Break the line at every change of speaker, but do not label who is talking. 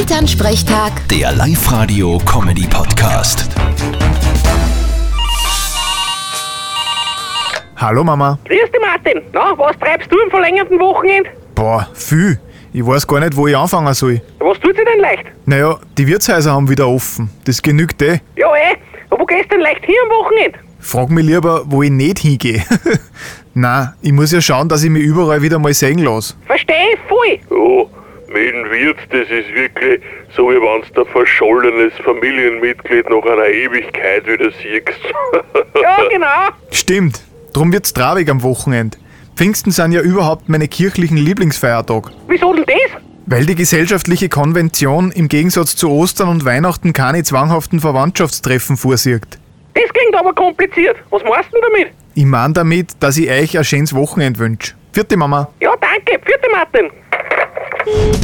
Elternsprechtag,
Der Live-Radio-Comedy-Podcast.
Hallo Mama.
Grüß dich, Martin. Na, was treibst du am verlängerten Wochenende?
Boah, viel. Ich weiß gar nicht, wo ich anfangen soll.
Was tut sie denn leicht?
Naja, die Wirtshäuser haben wieder offen. Das genügt eh.
Ja, eh. Aber wo gehst denn leicht hier am Wochenende?
Frag mich lieber, wo ich nicht hingehe. Na, ich muss ja schauen, dass ich mich überall wieder mal sehen lasse.
Versteh ich voll.
Ja, mit dem Wirt, das ist wirklich so, wie wenn's der verschollenes Familienmitglied nach einer Ewigkeit wieder siehst.
Ja, genau.
Stimmt. Drum wird's traurig am Wochenende. Pfingsten sind ja überhaupt meine kirchlichen Lieblingsfeiertag.
Wieso denn das?
Weil die gesellschaftliche Konvention im Gegensatz zu Ostern und Weihnachten keine zwanghaften Verwandtschaftstreffen vorsieht.
Das klingt aber kompliziert. Was meinst du denn damit?
Ich mein damit, dass ich euch ein schönes Wochenende wünsche. Vierte Mama.
Ja, danke. Vierte Martin.